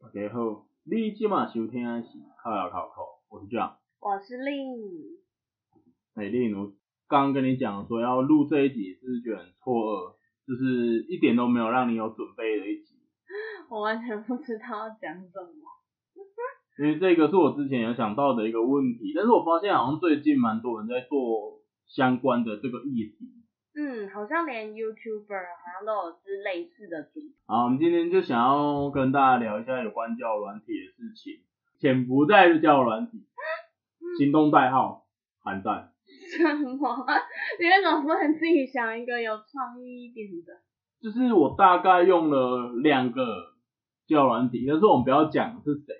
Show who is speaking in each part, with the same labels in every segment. Speaker 1: 大家好，你即马收听的是靠摇靠靠，我是 John。
Speaker 2: 我是令，
Speaker 1: 哎、欸，例如刚刚跟你讲说要录这一集，是不是觉得很错愕？就是一点都没有让你有准备的一集，
Speaker 2: 我完全不知道要讲什么。
Speaker 1: 因为这个是我之前有想到的一个问题，但是我发现好像最近蛮多人在做相关的这个议题。
Speaker 2: 嗯，好像连 YouTuber 啊好像都有之类似的主题。
Speaker 1: 好，我们今天就想要跟大家聊一下有关交友软体的事情，潜伏在交友软体，行动代号韩战。
Speaker 2: 什么？ 你为什么不能自己想一个有创意一点的？
Speaker 1: 就是我大概用了两个交友软体，但是我们不要讲是谁，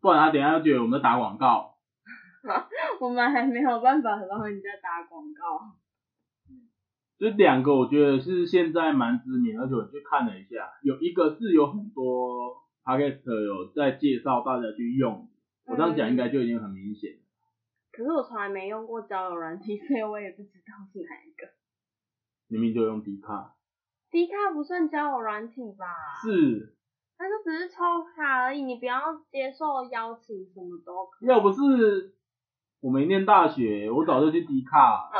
Speaker 1: 不然他等一下就觉得我们在打广告。
Speaker 2: 我们还没有办法帮人家打广告。
Speaker 1: 就两个，我觉得是现在蛮知名，而且我去看了一下，有一个是有很多 podcast 有在介绍大家去用，我这样讲应该就已经很明显了。
Speaker 2: 可是我从来没用过交友软体，所以我也不知道是哪一个。
Speaker 1: 明明就用 d 卡，
Speaker 2: 迪卡不算交友软体吧？
Speaker 1: 是
Speaker 2: 那就只是抽卡而已，你不要接受邀请，什么都可
Speaker 1: 要不是我没念大学，我早就去 d 卡。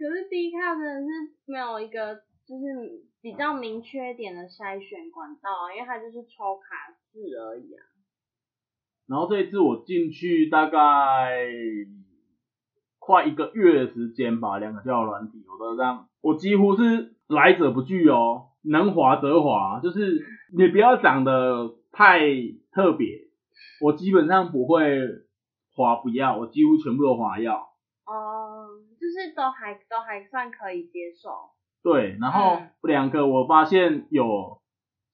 Speaker 2: 可是 D 卡真的是没有一个就是比较明确一点的筛选管道啊，因为它就是抽卡制而已啊。
Speaker 1: 然后这一次我进去大概快一个月的时间吧，两个交友软体，我都这样，我几乎是来者不拒哦，能滑则滑，就是你不要长得太特别，我基本上不会滑不要，我几乎全部都滑要。
Speaker 2: 哦、就是都还都还算可以接受。
Speaker 1: 对，然后
Speaker 2: 嗯
Speaker 1: 两个我发现有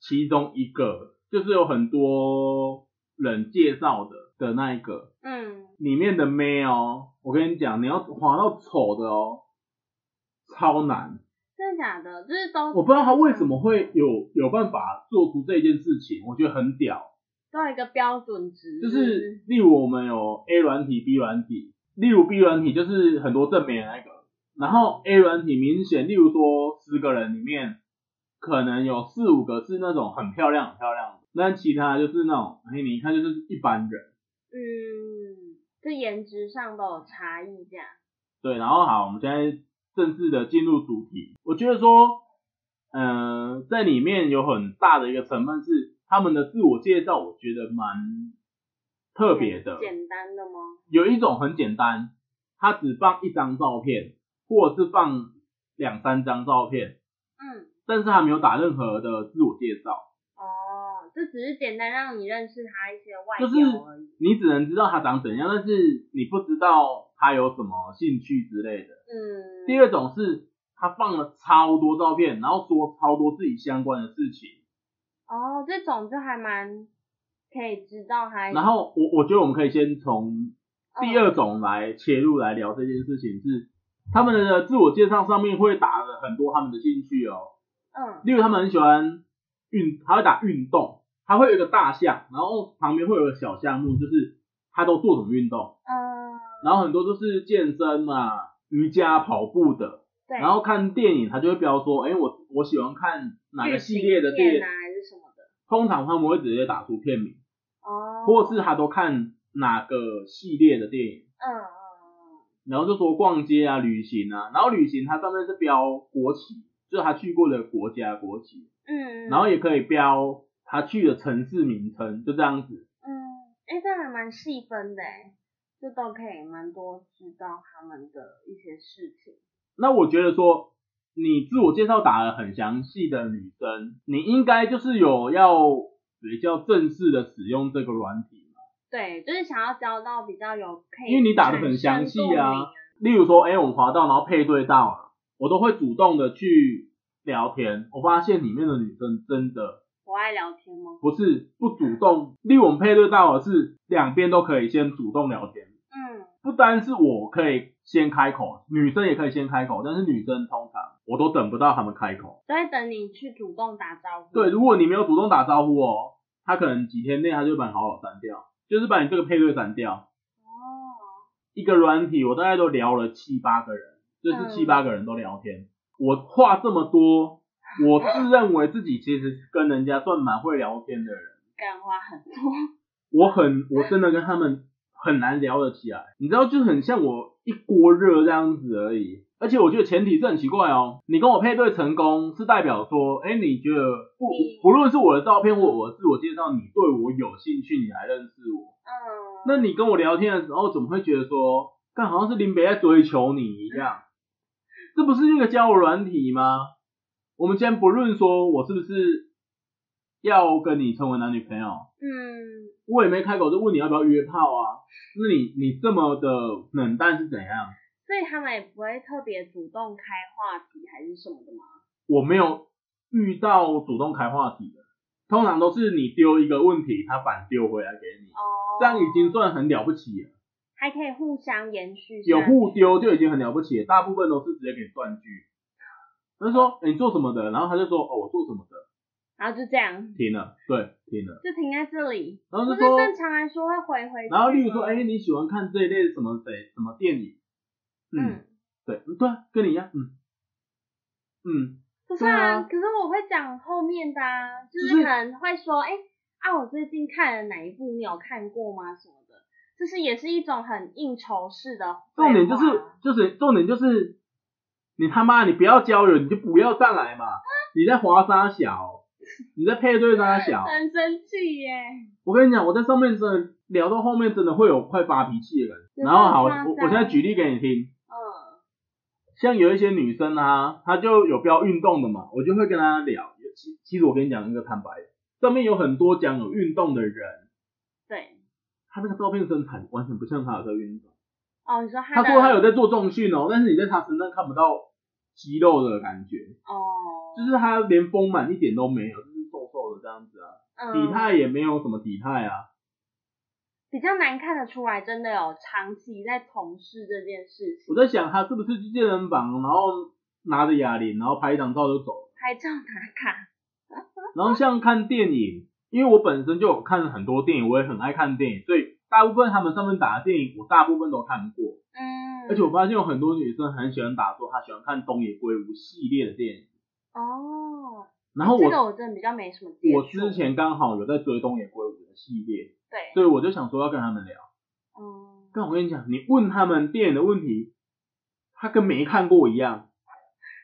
Speaker 1: 其中一个就是有很多人介绍的的那一个
Speaker 2: 嗯，
Speaker 1: 里面的妹哦，我跟你讲，你要滑到丑的哦，超难。
Speaker 2: 真的假的？就是都
Speaker 1: 我不知道他为什么会有有办法做出这件事情，我觉得很屌。
Speaker 2: 都有一个标准值，嗯
Speaker 1: 就是例如我们有 A 软体、B 软体，例如 B 软体就是很多正面的那个，然后 A 软体明显，例如说十个人里面，可能有四五个是那种很漂亮、很漂亮的，那其他就是那种，哎，你一看就是一般人。
Speaker 2: 嗯，就颜值上都有差异这样。
Speaker 1: 对，然后好，我们现在正式的进入主题。我觉得说，呃，在里面有很大的一个成分是他们的自我介绍，我觉得蛮特别的。
Speaker 2: 简单的吗？
Speaker 1: 有一种很简单，他只放一张照片，或者是放两三张照片，
Speaker 2: 嗯，
Speaker 1: 但是他没有打任何的自我介绍，
Speaker 2: 哦，这只是简单让你认识他一些外
Speaker 1: 就是
Speaker 2: 表而已。
Speaker 1: 你只能知道他长怎样，但是你不知道他有什么兴趣之类的。
Speaker 2: 嗯，
Speaker 1: 第二种是他放了超多照片，然后说超多自己相关的事情，
Speaker 2: 哦，这种就还蛮可以知道还。
Speaker 1: 然后我我觉得我们可以先从第
Speaker 2: 哎嗯
Speaker 1: 二种来切入来聊这件事情是。他们的自我介绍上面会打了很多他们的兴趣哦，
Speaker 2: 嗯
Speaker 1: 例如他们很喜欢运，他会打运动，他会有一个大项，然后旁边会有个小项目，就是他都做什么运动，
Speaker 2: 嗯，
Speaker 1: 然后很多都是健身啊、瑜伽、跑步的，
Speaker 2: 对。
Speaker 1: 然后看电影，他就会标说，哎，我我喜欢看哪个系列的
Speaker 2: 剧情
Speaker 1: 电
Speaker 2: 片
Speaker 1: 影
Speaker 2: 啊，，还是什么的？
Speaker 1: 通常他们会直接打出片名，
Speaker 2: 哦，
Speaker 1: 或是他都看哪个系列的电影。
Speaker 2: 嗯嗯
Speaker 1: 然后就说逛街啊、旅行啊，然后旅行它上面是标国旗，就是他去过的国家国旗，
Speaker 2: 嗯，嗯
Speaker 1: 然后也可以标他去的城市名称，就这样子。
Speaker 2: 嗯，哎、这还蛮细分的哎，这都可以蛮多知道他们的一些事情。
Speaker 1: 那我觉得说，你自我介绍打得很详细的女生，你应该就是有要比较正式的使用这个软体嘛，
Speaker 2: 对，就是想要交到比较有可以，
Speaker 1: 因为你打得很详细啊。。例如说，哎、我们滑到然后配对到了，我都会主动的去聊天。我发现里面的女生真的
Speaker 2: 我爱聊天吗？
Speaker 1: 不是不主动，例如我们配对到了是两边都可以先主动聊天。
Speaker 2: 嗯，
Speaker 1: 不单是我可以先开口，女生也可以先开口，但是女生通常我都等不到她们开口。
Speaker 2: 都在等你去主动打招呼。
Speaker 1: 对，如果你没有主动打招呼哦，他可能几天内他就把你好好删掉，就是把你这个配对删掉。
Speaker 2: 哦，
Speaker 1: 一个软体我大概都聊了七八个人，就是七
Speaker 2: 嗯
Speaker 1: 八个人都聊天。我话这么多，我自认为自己其实跟人家算蛮会聊天的人。
Speaker 2: 干话很多，
Speaker 1: 我很，我真的跟他们很难聊得起来，你知道，就是很像我一锅热这样子而已。而且我觉得前提是很奇怪哦，你跟我配对成功是代表说，哎，你觉得不
Speaker 2: 你
Speaker 1: 不论是我的照片或我的自我介绍，你对我有兴趣，你来认识我。
Speaker 2: 嗯，
Speaker 1: 那你跟我聊天的时候，怎么会觉得说，看好像是林北在追求你一样？这不是一个交友软体吗？我们先不论说我是不是要跟你成为男女朋友，
Speaker 2: 嗯，
Speaker 1: 我也没开口就问你要不要约炮啊，那你你这么的冷淡是怎样？
Speaker 2: 所以他们也不会特别主动开话题还是什么的吗？
Speaker 1: 我没有遇到主动开话题的，通常都是你丢一个问题，他反丢回来给你，
Speaker 2: 哦，
Speaker 1: 这样已经算很了不起了。
Speaker 2: 还可以互相延续下去，
Speaker 1: 有互丢就已经很了不起了，大部分都是直接给断句。他就说、欸你做什么的，然后他就说哦我做什么的，
Speaker 2: 然后就这样
Speaker 1: 停了，对，停了。
Speaker 2: 就停在这里。
Speaker 1: 然后
Speaker 2: 不
Speaker 1: 就是说，
Speaker 2: 正常来说会回回去吗，
Speaker 1: 然后例如说，哎、你喜欢看这一类什么谁什么电影？嗯，
Speaker 2: 嗯，
Speaker 1: 对，嗯对啊，跟你一样，嗯，嗯，
Speaker 2: 不是
Speaker 1: 对啊
Speaker 2: 啊，可是我会讲后面的啊，就
Speaker 1: 就是
Speaker 2: 是可能会说，哎、啊，我最近看了哪一部，你有看过吗？什么的，就是也是一种很应酬式的对话。
Speaker 1: 重点就是就是重点就是，你他妈你不要交友，你就不要上来嘛！你在滑沙小，你在配对沙小。
Speaker 2: 很生气耶，
Speaker 1: 我跟你讲，我在上面真的聊到后面真的会有快发脾气的人。
Speaker 2: 有
Speaker 1: 然后好，
Speaker 2: 这么
Speaker 1: 我
Speaker 2: 夸张
Speaker 1: 我现在举例给你听，
Speaker 2: 嗯，
Speaker 1: 像有一些女生啊，她就有标运动的嘛，我就会跟她聊。其其实我跟你讲一个坦白的，上面有很多讲有运动的人，
Speaker 2: 对，
Speaker 1: 她那个照片身材完全不像她有在运动。
Speaker 2: 哦，你说他
Speaker 1: 她
Speaker 2: 的
Speaker 1: 说她有在做重训哦，但是你在她身上看不到肌肉的感觉。
Speaker 2: 哦，
Speaker 1: 就是他连丰满一点都没有，就是瘦瘦的这样子啊，
Speaker 2: 嗯
Speaker 1: 体态也没有什么体态啊。
Speaker 2: 比较难看得出来，真的有长期在从事这件事
Speaker 1: 我在
Speaker 2: 情，
Speaker 1: 想他是不是去健身房，然后拿着哑铃，然后拍一张照就走了。
Speaker 2: 拍照打卡，
Speaker 1: 然后像看电影，因为我本身就有看很多电影，我也很爱看电影，所以大部分他们上面打的电影，我大部分都看过。
Speaker 2: 嗯，
Speaker 1: 而且我发现有很多女生很喜欢打说她喜欢看东野圭吾系列的电影，
Speaker 2: 哦，
Speaker 1: 然后我、
Speaker 2: 这个我真的比较没什么接触，
Speaker 1: 我之前刚好有在追东野圭吾的系列，
Speaker 2: 对，
Speaker 1: 所以我就想说要跟他们聊。
Speaker 2: 嗯，
Speaker 1: 但我跟你讲，你问他们电影的问题，他跟没看过一样。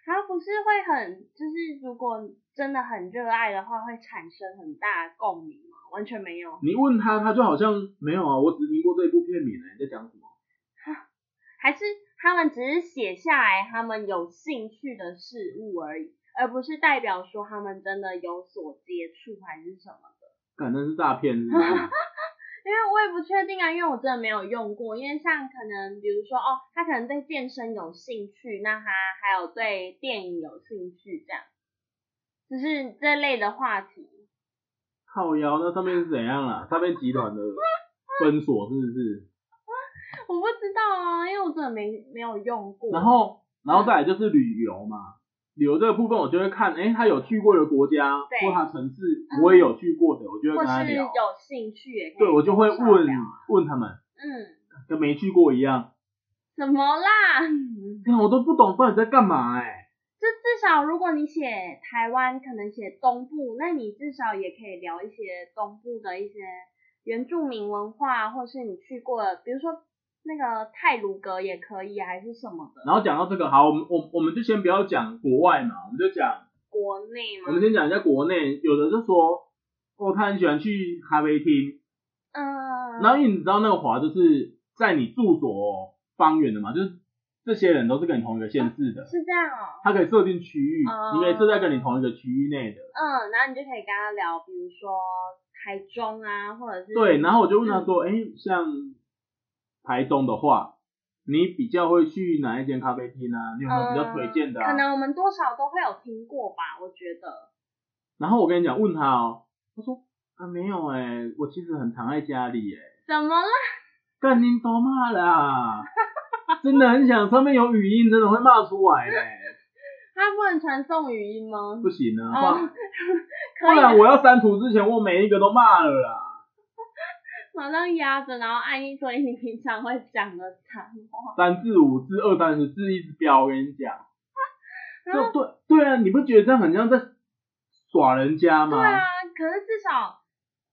Speaker 2: 他不是会很，就是如果真的很热爱的话，会产生很大的共鸣吗？完全没有，
Speaker 1: 你问他，他就好像没有啊，我只听过这一部片名、欸，你在讲什么？
Speaker 2: 还是他们只是写下来他们有兴趣的事物而已，而不是代表说他们真的有所接触还是什么的。
Speaker 1: 感那是诈骗是不 是
Speaker 2: 因为我也不确定啊，因为我真的没有用过。因为像可能比如说哦，他可能对健身有兴趣，那他还有对电影有兴趣，这样，就是这类的话题。
Speaker 1: 靠腰，那上面是怎样啊啦？诈骗集团的分所是不是？
Speaker 2: 我不知道啊，因为我真的没没有用过。
Speaker 1: 然后，然后再来就是旅游嘛。旅游这个部分，我就会看，哎、他有去过的国家
Speaker 2: 对
Speaker 1: 或他城市，
Speaker 2: 嗯
Speaker 1: 我也有去过的，我就会
Speaker 2: 或
Speaker 1: 跟他
Speaker 2: 是
Speaker 1: 聊。
Speaker 2: 有兴趣也可以
Speaker 1: 对，我就会
Speaker 2: 上聊
Speaker 1: 问问他们，
Speaker 2: 嗯，
Speaker 1: 跟没去过一样。
Speaker 2: 什么啦？嗯
Speaker 1: 哎、我都不懂到底在干嘛哎、
Speaker 2: 就至少如果你写台湾，可能写东部，那你至少也可以聊一些东部的一些原住民文化，或是你去过的，比如说那个泰鲁格也可以啊，还是什么的。
Speaker 1: 然后讲到这个，好，我们我我们就先不要讲国外嘛，我们就讲，
Speaker 2: 国内吗
Speaker 1: 我？们先讲一下国内，有的就说，哦，他很喜欢去咖啡厅，
Speaker 2: 嗯，
Speaker 1: 然后因为你知道那个华就是在你住所方圆的嘛，就是这些人都是跟你同一个县市的，
Speaker 2: 是这样哦。
Speaker 1: 他可以设定区域，
Speaker 2: 哦
Speaker 1: 你可以设在跟你同一个区域内的，
Speaker 2: 嗯，然后你就可以跟他聊，比如说台中啊，或者是嗯
Speaker 1: 对，然后我就问他说，哎、像台中的话，你比较会去哪一间咖啡厅啊？你有没有比较推荐的、啊
Speaker 2: 嗯可能我们多少都会有听过吧，我觉得。
Speaker 1: 然后我跟你讲，问他哦，他说啊没有哎、我其实很常在家里哎、
Speaker 2: 怎么啦？
Speaker 1: 干您都骂啊 啦，真的很想上面有语音，真的会骂出来嘞、
Speaker 2: 啊，它不能传送语音吗？
Speaker 1: 不行啊，不
Speaker 2: 哦
Speaker 1: 然，
Speaker 2: 可以
Speaker 1: 不
Speaker 2: 啊
Speaker 1: 然
Speaker 2: 的，
Speaker 1: 我要删除之前，我每一个都骂了啦。
Speaker 2: 马上压着，然后按一堆你平常会讲的脏话。
Speaker 1: 三至五至二三十至一直飙，我跟你 讲。
Speaker 2: 然后
Speaker 1: 就对对啊，你不觉得这样很像在耍人家吗？
Speaker 2: 对啊，可是至少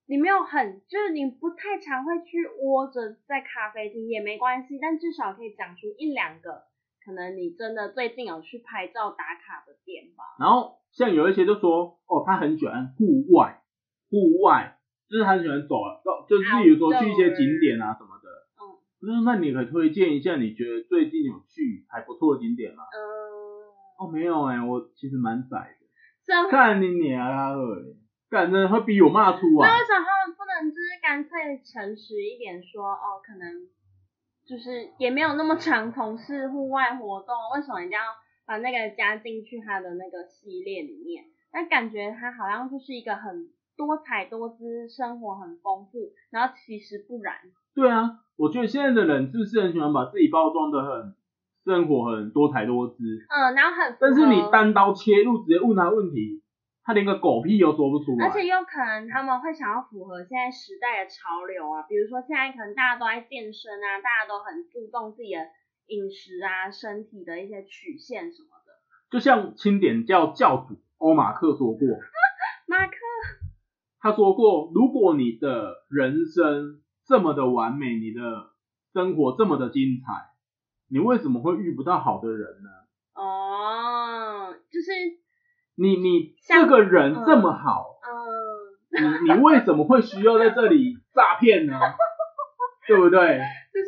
Speaker 2: 你没有很，就是你不太常会去窝着在咖啡厅也没关系，但至少可以讲出一两个，可能你真的最近有去拍照打卡的点吧。
Speaker 1: 然后像有一些就说，哦，他很喜欢户外，户外就是他很喜欢走，啊就就是例如说去一些景点啊什么的。
Speaker 2: 嗯
Speaker 1: 就是那你可以推荐一下，你觉得最近有去还不错的景点吗？
Speaker 2: 嗯，
Speaker 1: 哦，没有哎、我其实蛮窄的。
Speaker 2: 这
Speaker 1: 干你娘啊！二，干真的会逼我骂出啊！
Speaker 2: 那为什么他们不能就是干脆诚实一点说，哦，可能就是也没有那么常从事户外活动，为什么一定要把那个加进去他的那个系列里面？那感觉他好像就是一个很多彩多姿，生活很丰富，然后其实不然。
Speaker 1: 对啊，我觉得现在的人就是很喜欢把自己包装的很生活很多才多姿，
Speaker 2: 嗯，然后很符合
Speaker 1: 但是你单刀切入直接问他问题，他连个狗屁都说不出来。
Speaker 2: 而且有可能他们会想要符合现在时代的潮流啊，比如说现在可能大家都在健身啊，大家都很注重自己的饮食啊、身体的一些曲线什么的。
Speaker 1: 就像清点教教主欧马克说过，
Speaker 2: 马克，
Speaker 1: 他说过，如果你的人生这么的完美，你的生活这么的精彩，你为什么会遇不到好的人呢？
Speaker 2: 哦，就是
Speaker 1: 你你
Speaker 2: 像
Speaker 1: 这个人这么好，
Speaker 2: 嗯，
Speaker 1: 你你为什么会需要在这里诈骗呢？ 对不对？
Speaker 2: 就是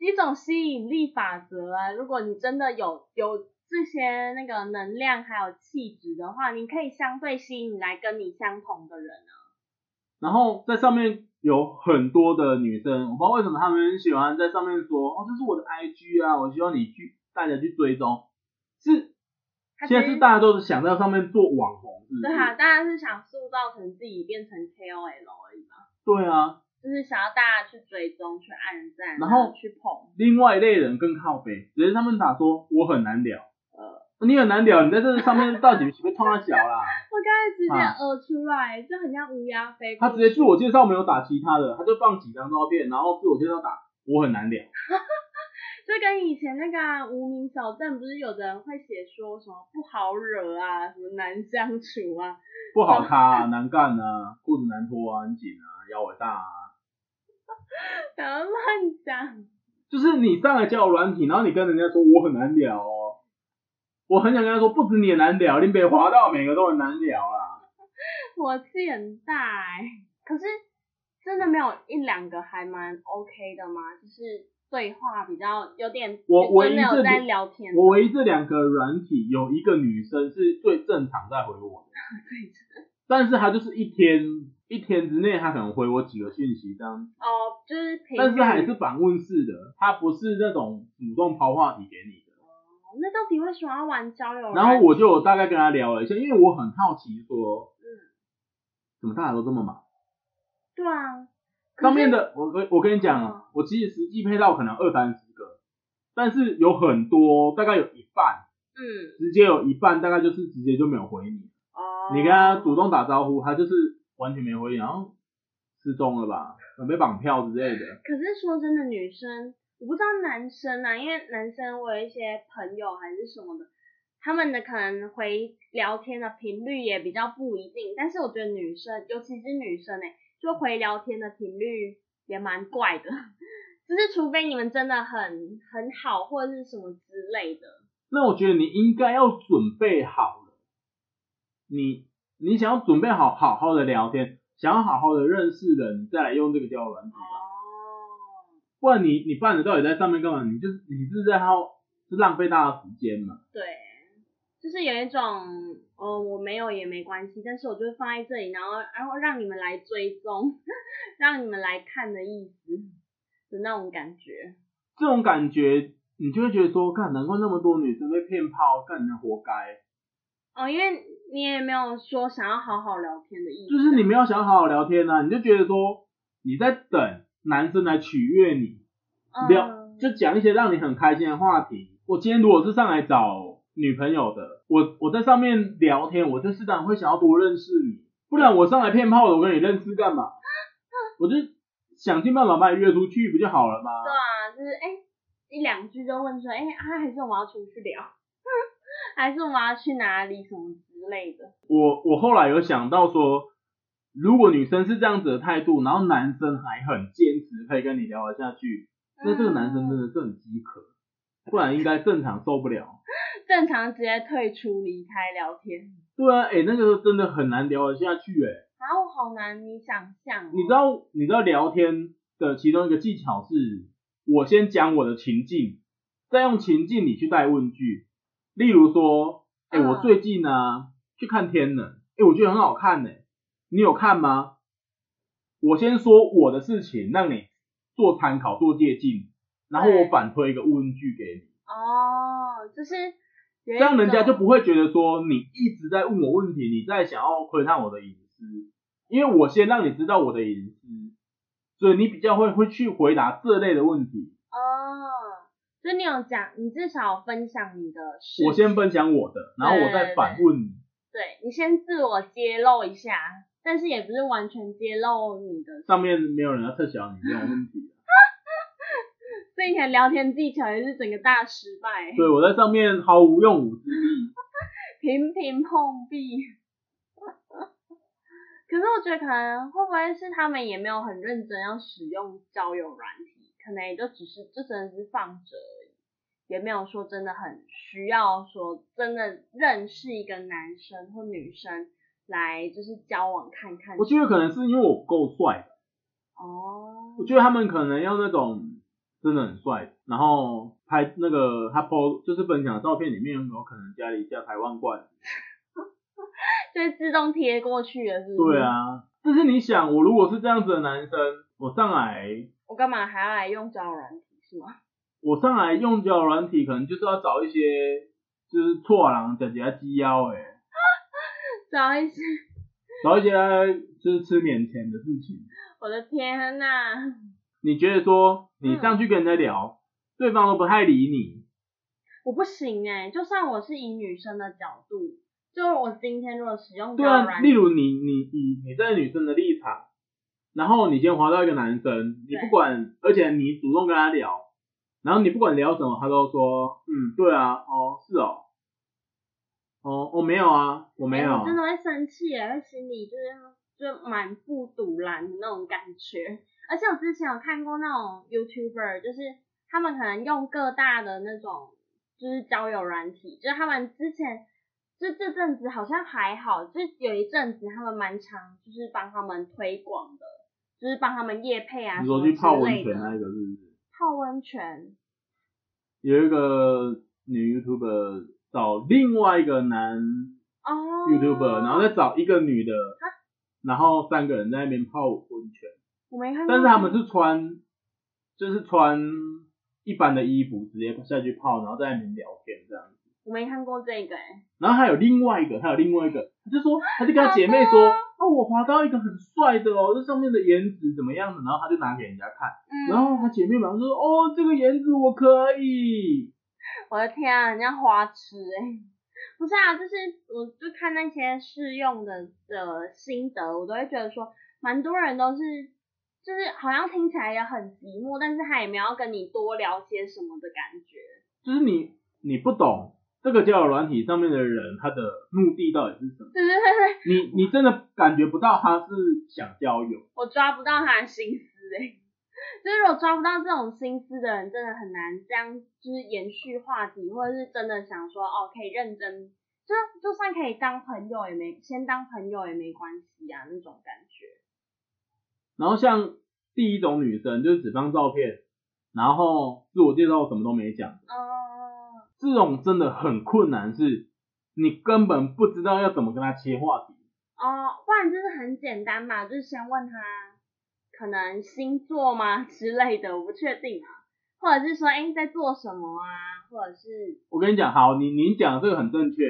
Speaker 2: 一种吸引力法则啊。如果你真的有有这些那个能量还有气质的话，你可以相对吸引来跟你相同的人啊。
Speaker 1: 然后在上面有很多的女生，我不知道为什么她们很喜欢在上面说，哦，这是我的 IG 啊，我希望你去大家去追踪。是
Speaker 2: 他
Speaker 1: 现在是大家都是想在上面做网红，是不
Speaker 2: 对
Speaker 1: 是？
Speaker 2: 啊，大家是想塑造成自己变成 KOL 而已嘛，
Speaker 1: 对啊。
Speaker 2: 就是想要大家去追踪、去按赞，
Speaker 1: 然
Speaker 2: 然
Speaker 1: 后
Speaker 2: 去捧。
Speaker 1: 另外一类人更靠北，只是他们打说我很难聊，
Speaker 2: 呃，
Speaker 1: 你很难聊，你在这上面到底是不是创了小啦？
Speaker 2: 我刚才直接
Speaker 1: 啊
Speaker 2: 呃出来，就很像乌鸦飞过
Speaker 1: 他
Speaker 2: 去。
Speaker 1: 直接自我介绍没有打其他的，他就放几张照片，然后自我介绍打我很难聊。
Speaker 2: 就跟以前那个啊、无名小站，不是有的人会写说什么不好惹啊，什么难相处啊，
Speaker 1: 不好咖、啊、难干啊，裤子难脱啊，很紧啊，腰围大啊，
Speaker 2: 不要乱讲。
Speaker 1: 就是你上来交友软体，然后你跟人家说我很难聊哦，我很想跟他说，不止你很难聊，你北滑到每个都很难聊啦。
Speaker 2: 火气很大哎、可是真的没有一两个还蛮 OK 的吗？就是对话比较有点，
Speaker 1: 我我
Speaker 2: 真的
Speaker 1: 一阵
Speaker 2: 有
Speaker 1: 子
Speaker 2: 在聊天，
Speaker 1: 我唯一这两个软体有一个女生是最正常在回我的，但是她就是一天一天之内，她可能回我几个讯息这样，
Speaker 2: 哦，就是平
Speaker 1: 但是她还
Speaker 2: 时
Speaker 1: 是反问式的，她不是那种主动抛话题给你的。
Speaker 2: 哦那到底为什么要玩交哦友软体？
Speaker 1: 然后我就有大概跟他聊了一下，因为我很好奇说，
Speaker 2: 嗯
Speaker 1: 怎么大家都这么忙？
Speaker 2: 对啊，可
Speaker 1: 上面
Speaker 2: 是
Speaker 1: 的我跟我跟你讲
Speaker 2: 嗯
Speaker 1: 啊，我其实实际配到可能二三十个，但是有很多大概有一半，
Speaker 2: 嗯
Speaker 1: 直接有一半大概就是直接就没有回你，
Speaker 2: 哦，
Speaker 1: 你跟他主动打招呼，他就是完全没回你，然后失踪了吧，可能被绑票之类的。
Speaker 2: 可是说真的，女生我不知道男生啊，因为男生我有一些朋友还是什么的，他们的可能回聊天的频率也比较不一定。但是我觉得女生，尤其是女生哎、就回聊天的频率也蛮怪的，就是除非你们真的很很好或者是什么之类的。
Speaker 1: 那我觉得你应该要准备好了，你你想要准备好好好的聊天，想要好好的认识人，你再来用这个交友软体吧。
Speaker 2: 哦，
Speaker 1: 不然你你办的到底在上面干嘛？你就是你是在耗是浪费大家时间嘛？
Speaker 2: 对，就是有一种，哦，我没有也没关系，但是我就放在这里，然后然后让你们来追踪， 让你们来看的意思的那种感觉。
Speaker 1: 这种感觉你就会觉得说，看难怪那么多女生被骗炮，干你活该。
Speaker 2: 哦，因为你也没有说想要好好聊天的意思
Speaker 1: 就
Speaker 2: 啊，
Speaker 1: 是你没有想好好聊天啊，你就觉得说你在等男生来取悦你，聊
Speaker 2: 嗯、
Speaker 1: 就讲一些让你很开心的话题。我今天如果是上来找女朋友的，我我在上面聊天，我就自然会想要多认识你，不然我上来骗炮的，我跟你认识干嘛？我就想尽办法把你约出去不就好了吗？
Speaker 2: 对啊，就是哎、一两句就问说，哎、啊，还是我们要出去聊， 还是我们要去哪里什么之类的。
Speaker 1: 我我后来有想到说，如果女生是这样子的态度，然后男生还很坚持可以跟你聊得下去，那这个男
Speaker 2: 嗯
Speaker 1: 生真的是很饥渴，不然应该正常受不了。
Speaker 2: 嗯正常直接退出离开聊天，
Speaker 1: 对啊，哎、那个真的很难聊得下去、欸，哎，
Speaker 2: 然后好难你想象、哦
Speaker 1: 你知？道你知道聊天的其中一个技巧是，我先讲我的情境，再用情境你去带问句，例如说，哎、
Speaker 2: 嗯
Speaker 1: 我最近呢、啊去看天了，哎、我觉得很好看呢、你有看吗？我先说我的事情，让你做参考做借鉴，然后我
Speaker 2: 对
Speaker 1: 反推一个问句给你。
Speaker 2: 哦，就是这
Speaker 1: 这样人家就不会觉得说你一直在问我问题，你在想要窥探我的隐私，因为我先让你知道我的隐私，所以你比较会会去回答这类的问题。
Speaker 2: 哦，就你有讲，你至少分享你的事，
Speaker 1: 我先分享我的，然后我再反问你。
Speaker 2: 对你先自我揭露一下，但是也不是完全揭露你的，
Speaker 1: 上面没有人要撤销你这种问题，
Speaker 2: 所以你的聊天技巧也是整个大失败，
Speaker 1: 对我在上面毫无用武之地。
Speaker 2: 频频碰壁。 可是我觉得可能会不会是他们也没有很认真要使用交友软体，可能也就只是就真的是放着而已，也没有说真的很需要说真的认识一个男生或女生来就是交往看看。
Speaker 1: 我觉得可能是因为我够帅，
Speaker 2: 哦，
Speaker 1: 我觉得他们可能要那种真的很帅，然后拍那个他 po 就是分享的照片里面有可能家里加台湾罐。
Speaker 2: 就会自动贴过去了，是不是？
Speaker 1: 对，啊，但是你想，我如果是这样子的男生，我上来
Speaker 2: 我干嘛还要来用交友软体是吗？
Speaker 1: 我上来用交友软体，可能就是要找一些就是错狼姐姐鸡腰哎，
Speaker 2: 找一些，
Speaker 1: 找一些就是吃免钱的事情。
Speaker 2: 我的天啊呐、
Speaker 1: 你觉得说你上去跟人家聊，对方都不太理你，
Speaker 2: 我不行哎、就算我是以女生的角度，就是我今天如果使用交
Speaker 1: 对
Speaker 2: 友
Speaker 1: 啊，
Speaker 2: 软
Speaker 1: 例
Speaker 2: 体，
Speaker 1: 如你你你你在女生的立场，然后你先滑到一个男生，你
Speaker 2: 对
Speaker 1: 不管，而且你主动跟他聊，然后你不管聊什么，他都说，嗯，对啊，哦，是哦，哦，我、没有啊，我没
Speaker 2: 哎
Speaker 1: 有，
Speaker 2: 我真的会生气哎、会心里就是就满腹堵拦的那种感觉。而且我之前有看过那种 YouTuber，就是他们可能用各大的那种就是交友软体，就是他们之前就这阵子好像还好，就是有一阵子他们蛮常就是帮他们推广的，就是帮他们夜配啊
Speaker 1: 你
Speaker 2: 什
Speaker 1: 说
Speaker 2: 么
Speaker 1: 去泡
Speaker 2: 之
Speaker 1: 温
Speaker 2: 类
Speaker 1: 泉
Speaker 2: 的。
Speaker 1: 那个是不是？
Speaker 2: 泡温泉，
Speaker 1: 有一个女 YouTuber 找另外一个男
Speaker 2: 哦
Speaker 1: YouTuber，然后再找一个女的，然后三个人在那边泡温泉。
Speaker 2: 我没看过，
Speaker 1: 但是他们是穿，就是穿一般的衣服，直接下去泡，然后在那边聊天这样子。
Speaker 2: 我没看过这个哎、
Speaker 1: 然后还有另外一个，还有另外一个，他就说，他就跟他姐妹说，啊，我滑到一个很帅的哦，这上面的颜值怎么样的？然后他就拿给人家看，
Speaker 2: 嗯
Speaker 1: 然后他姐妹马上说，哦，这个颜值我可以。
Speaker 2: 我的天啊，人家花痴哎、不是啊，就是我就看那些试用的的心得，我都会觉得说，蛮多人都是，就是好像听起来也很寂寞，但是他也没有要跟你多聊些什么的感觉。
Speaker 1: 就是你你不懂这个交友软体上面的人他的目的到底是什么，
Speaker 2: 对对对对，
Speaker 1: 你你真的感觉不到他是想交友。
Speaker 2: 我抓不到他的心思哎、就是如果抓不到这种心思的人，真的很难这样就是延续话题，或者是真的想说哦，可以认真，就就算可以当朋友也没，先当朋友也没关系啊那种感觉。
Speaker 1: 然后像第一种女生就是只放照片，然后自我介绍什么都没讲，
Speaker 2: 嗯，
Speaker 1: 这种真的很困难，是你根本不知道要怎么跟她切话题。
Speaker 2: 哦，不然就是很简单嘛，就是先问他可能星座吗之类的，我不确定啊，或者是说哎、在做什么啊，或者是
Speaker 1: 我跟你讲，好，你你讲的这个很正确，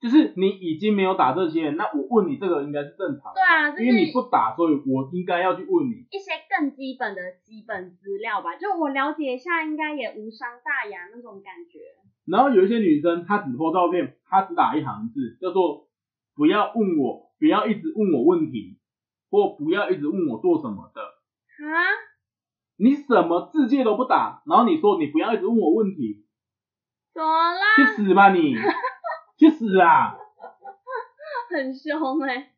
Speaker 1: 就是你已经没有打这些，那我问你这个应该是正常的
Speaker 2: 对，啊，就是
Speaker 1: 因为你不打，所以我应该要去问你。
Speaker 2: 一些更基本的基本资料吧，就我了解一下，应该也无伤大雅那种感觉。
Speaker 1: 然后有一些女生她只 po 照片，她只打一行字，叫做不要问我，不要一直问我问题，或不要一直问我做什么的。
Speaker 2: 啊，
Speaker 1: 你什么字界都不打，然后你说你不要一直问我问题，
Speaker 2: 怎么啦？
Speaker 1: 去死吧 你，去死啊！
Speaker 2: 很凶哎、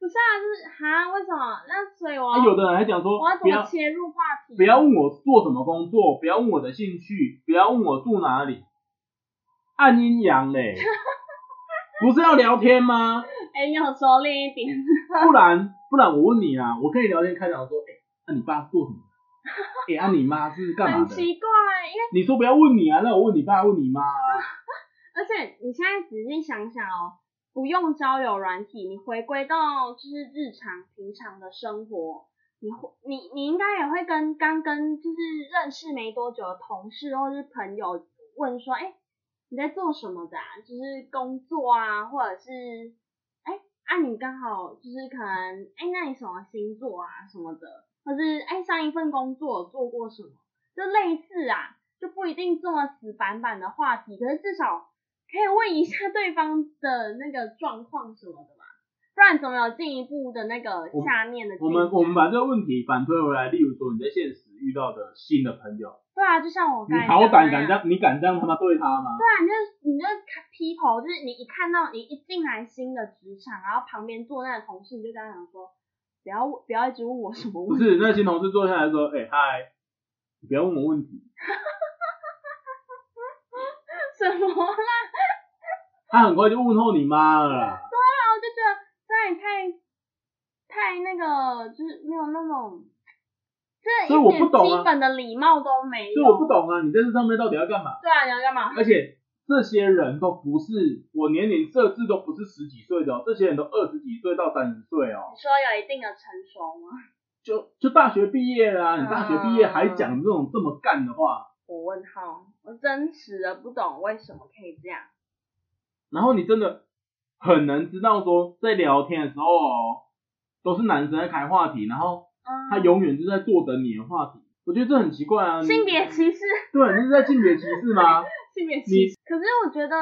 Speaker 2: 不是啊，就是哈，为什么？那所以我要、
Speaker 1: 啊，有的人还讲说
Speaker 2: 哦我要怎
Speaker 1: 不要
Speaker 2: 么切入话题？
Speaker 1: 不要问我做什么工作，不要问我的兴趣，不要问我住哪里，按阴阳 嘞，不是要聊天吗？
Speaker 2: 哎、你有收敛一点。
Speaker 1: 不然不然我问你啊，我可以聊天开场说，哎、那、你爸是做什么的？哎、那、你妈是干嘛
Speaker 2: 很
Speaker 1: 的？
Speaker 2: 奇怪，因为
Speaker 1: 你说不要问你啊，那我问你爸问你妈 啊，
Speaker 2: 而且你现在仔细想想哦，不用交友软体，你回归到就是日常平常的生活，你会你你应该也会跟刚跟就是认识没多久的同事或是朋友问说，哎，你在做什么的啊？就是工作啊，或者是哎啊你刚好就是可能哎那你什么星座啊什么的，或是哎上一份工作有做过什么，就类似啊。就不一定这么死板板的话题，可是至少可以问一下对方的那个状况什么的吧，不然怎么有进一步的那个
Speaker 1: 我们
Speaker 2: 下面的
Speaker 1: 我
Speaker 2: 进
Speaker 1: 们
Speaker 2: 展啊
Speaker 1: 我们把这个问题反推回来，例如说你在现实遇到的新的朋友，
Speaker 2: 对啊，就像我
Speaker 1: 你
Speaker 2: 刚才
Speaker 1: 好
Speaker 2: 讲
Speaker 1: 胆敢这
Speaker 2: 的那样，
Speaker 1: 样，你敢这样他妈对他吗？
Speaker 2: 对啊，你就你就看劈头，就是你一看到你一进来新的职场，然后旁边坐那个同事，你就跟他讲说，不要不要一直问我什么
Speaker 1: 不
Speaker 2: 问题，
Speaker 1: 是，那新同事坐下来说，哎、嗨，你不要问我问题，
Speaker 2: 什么啦，
Speaker 1: 他很快就问候你妈了啦。
Speaker 2: 然后我就觉得这也太太那个，就是没有那种。这
Speaker 1: 所以
Speaker 2: 一
Speaker 1: 我
Speaker 2: 点
Speaker 1: 不懂啊
Speaker 2: 基本的礼貌都没有，
Speaker 1: 所以我不懂啊，你在这上面到底要干嘛？
Speaker 2: 对啊，你要干嘛？
Speaker 1: 而且这些人都不是我年龄设置都不是十几岁的哦，这些人都二十几岁到三十岁哦，
Speaker 2: 你说有一定的成熟吗？
Speaker 1: 就就大学毕业啦、你大学毕业还讲这种这么干的话，
Speaker 2: 我问号，我真实的不懂为什么可以这样。
Speaker 1: 然后你真的很能知道说在聊天的时候哦，都是男生在开话题，然后
Speaker 2: 嗯，
Speaker 1: 他永远就在坐等你的话题，我觉得这很奇怪啊。你
Speaker 2: 性别歧视，
Speaker 1: 对，你是在性别歧视吗？
Speaker 2: 性别歧视。可是我觉得，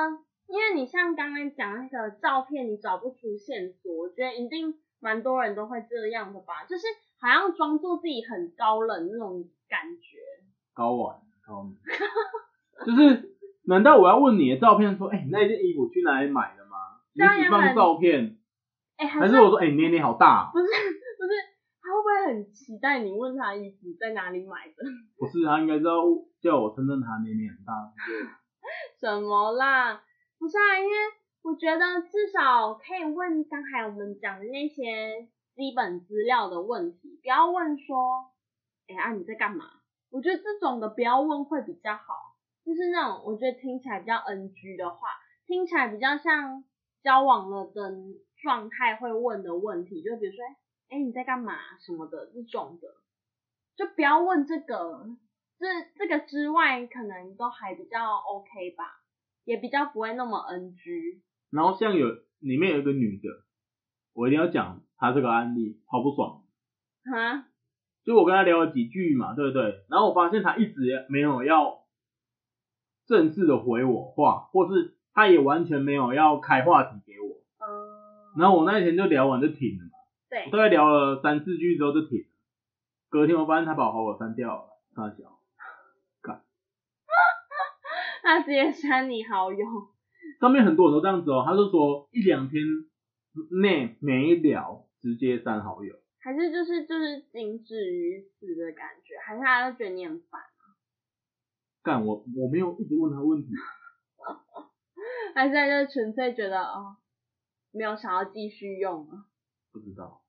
Speaker 2: 因为你像刚刚讲那个照片，你找不出线索，我觉得一定蛮多人都会这样的吧，就是好像装作自己很高冷那种感觉。
Speaker 1: 高玩高玩就是难道我要问你的照片说，哎、你那件衣服去哪里买的吗？你
Speaker 2: 对啊
Speaker 1: 只放照片，
Speaker 2: 哎、还
Speaker 1: 还是我说，哎、你捏捏好大哦、
Speaker 2: 不是不是，他会不会很期待你问他衣服在哪里买的？
Speaker 1: 不是，他应该知道叫我承认他捏捏很大。
Speaker 2: 什么啦？不是啊，因为我觉得至少可以问刚才我们讲的那些基本资料的问题，不要问说，哎、呀、啊、你在干嘛？我觉得这种的不要问会比较好，就是那种我觉得听起来比较 NG 的话，听起来比较像交往了的状态会问的问题，就比如说，哎、你在干嘛什么的这种的，就不要问这个，这这个之外，可能都还比较 OK 吧，也比较不会那么 NG。
Speaker 1: 然后像有里面有一个女的，我一定要讲她这个案例，好不爽。
Speaker 2: 哈，
Speaker 1: 就我跟她聊了几句嘛，对不对？然后我发现她一直也没有要正式的回我话，或是她也完全没有要开话题给我。
Speaker 2: 嗯，
Speaker 1: 然后我那一天就聊完就停了嘛。
Speaker 2: 对
Speaker 1: 我，大概聊了三四句之后就停了。隔天我发现他把好友删掉了，大小。
Speaker 2: 他直接删你好友，
Speaker 1: 上面很多人都这样子哦，他就说一两天内没聊，直接删好友。
Speaker 2: 还是就是就是仅止于此的感觉，还是他就觉得你很烦，
Speaker 1: 干我我没有一直问他问题，
Speaker 2: 还是他就纯粹觉得哦，没有想要继续用了。
Speaker 1: 不知道。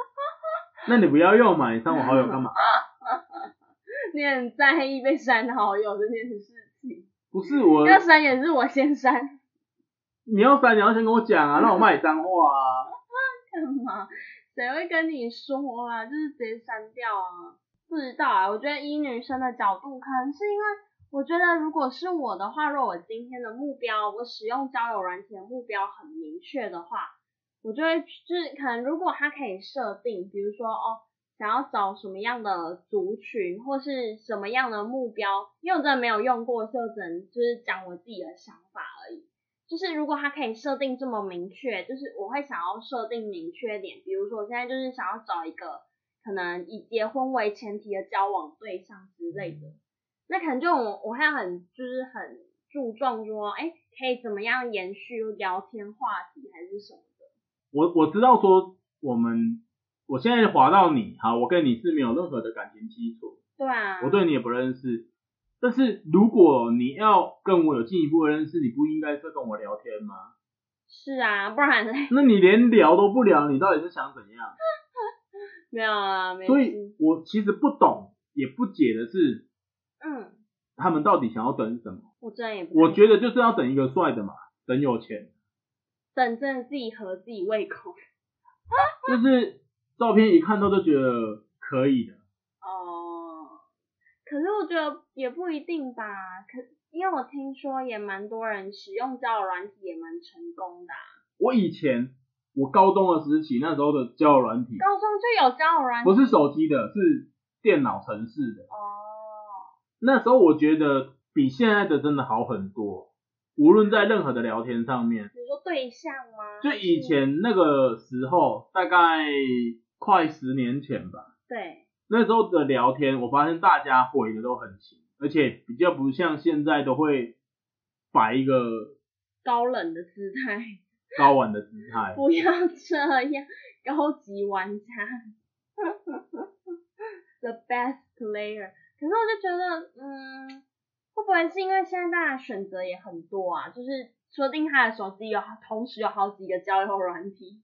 Speaker 1: 那你不要用嘛，你删我好友干嘛？
Speaker 2: 你很在意被删好友这件事情，
Speaker 1: 不是我，
Speaker 2: 要删也是我先删，
Speaker 1: 你要删你要先跟我讲啊，让我骂你脏话啊。
Speaker 2: 干嘛？谁会跟你说啊？就是直接删掉啊？不知道啊，我觉得以女生的角度，可能是因为我觉得如果是我的话，如果我今天的目标，我使用交友软件的目标很明确的话，我就会就是可能如果它可以设定，比如说哦，想要找什么样的族群或是什么样的目标，因为我真的没有用过，所以我只能就是讲我自己的想法而已。就是如果它可以设定这么明确，就是我会想要设定明确点，比如说我现在就是想要找一个可能以结婚为前提的交往对象之类的，
Speaker 1: 嗯
Speaker 2: 那可能就我我会很就是很注重说，哎，可以怎么样延续聊天话题还是什么的。
Speaker 1: 我我知道说我们，我现在划到你，好，我跟你是没有任何的感情基础，
Speaker 2: 对啊，
Speaker 1: 我对你也不认识。但是如果你要跟我有进一步的认识，你不应该是跟我聊天吗？
Speaker 2: 是啊，不然嘞
Speaker 1: 那你连聊都不聊，你到底是想怎样？
Speaker 2: 没有啊，没
Speaker 1: 所
Speaker 2: 事
Speaker 1: 以我其实不懂也不解的是，
Speaker 2: 嗯，
Speaker 1: 他们到底想要等什么？
Speaker 2: 我真的也不
Speaker 1: 我
Speaker 2: 太
Speaker 1: 觉得就是要等一个帅的嘛，等有钱，
Speaker 2: 等真的自己合自己胃口
Speaker 1: 就是照片一看到就觉得可以的。
Speaker 2: 哦。可是我觉得也不一定吧，可因为我听说也蛮多人使用交友软体也蛮成功的啊、
Speaker 1: 我以前我高中的时期，那时候的交友软体
Speaker 2: 高中就有交友软体
Speaker 1: 不是手机的，是电脑城市的。
Speaker 2: 哦，
Speaker 1: 那时候我觉得比现在的真的好很多，无论在任何的聊天上面，
Speaker 2: 你说对象吗？
Speaker 1: 就
Speaker 2: 还是
Speaker 1: 以前那个时候，大概快十年前吧，
Speaker 2: 对，
Speaker 1: 那时候的聊天，我发现大家回的都很勤，而且比较不像现在都会摆一个
Speaker 2: 高冷的姿态，
Speaker 1: 高玩的姿态。
Speaker 2: 不要这样，高级玩家 ，the best player。可是我就觉得，嗯，会不会是因为现在大家选择也很多啊？就是说不定他的手机有同时有好几个交友软体，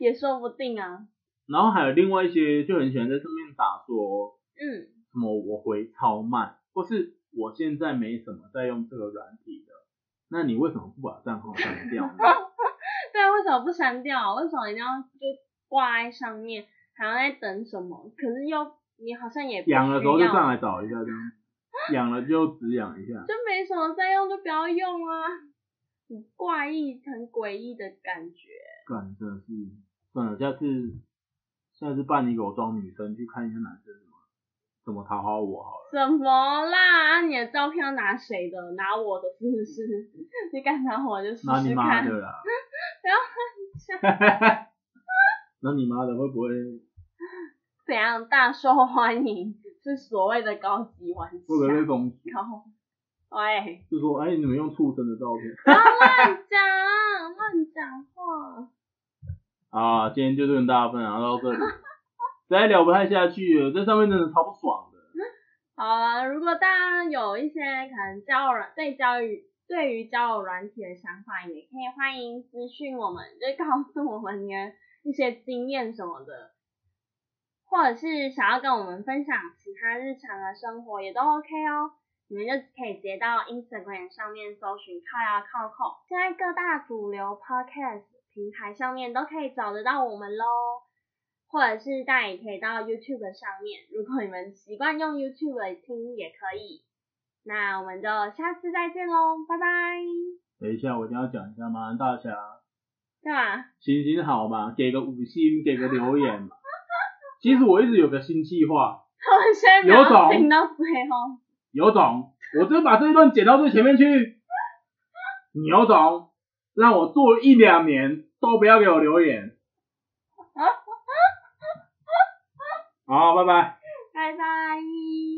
Speaker 2: 也说不定啊。
Speaker 1: 然后还有另外一些就很喜欢在上面打说
Speaker 2: 嗯，
Speaker 1: 什么我回超慢，或是我现在没什么在用这个软体的，那你为什么不把账号删掉呢？
Speaker 2: 对啊，为什么不删掉啊？为什么一定要就挂在上面，好像在等什么？可是又你好像也不
Speaker 1: 养了
Speaker 2: 需
Speaker 1: 时候就
Speaker 2: 要
Speaker 1: 上来找一下这样，养了就只养一下。
Speaker 2: 就没什么再用，就不要用啊。很怪异、很诡异的感觉。
Speaker 1: 干，真的是，算了，下次下次扮一个我装女生去看一下男生怎么怎么讨好我好了。
Speaker 2: 怎么啦？啊你的照片要拿谁的？拿我的是不是？ 你敢拿我就试
Speaker 1: 那你
Speaker 2: 试
Speaker 1: 妈
Speaker 2: 看。
Speaker 1: 的啦！
Speaker 2: 不要
Speaker 1: 那你妈的会不会会
Speaker 2: 怎样大受欢迎是所谓的高级玩
Speaker 1: 不会被
Speaker 2: 家。
Speaker 1: 封？
Speaker 2: 高，喂，
Speaker 1: 就说哎、你们用畜生的照片
Speaker 2: 不要乱讲，乱讲话。
Speaker 1: 啊！今天就跟大家分享到这里，实在聊不太下去了，在上面真的超不爽的。
Speaker 2: 好啊，如果大家有一些可能交友软对交友对于交友软体的想法，也可以欢迎私讯我们，就是告诉我们你的一些经验什么的，或者是想要跟我们分享其他日常的生活也都 OK 哦。你们就可以直接到 Instagram 上面搜寻靠呀靠控，现在各大主流 Podcast 平台上面都可以找得到我们喽。或者是大家也可以到 YouTube 上面，如果你们习惯用 YouTube 来听也可以。那我们就下次再见喽，拜拜。
Speaker 1: 等一下，我一定要讲一下，麻烦大侠
Speaker 2: 干嘛？
Speaker 1: 行行好嘛，给个五星，给个留言嘛。其实我一直有个新计划，
Speaker 2: 他们现在没
Speaker 1: 有种
Speaker 2: 有听到最后，
Speaker 1: 有种，我就把这一段剪到最前面去。你有种，让我做一两年都不要给我留言。好，拜拜。
Speaker 2: 拜拜。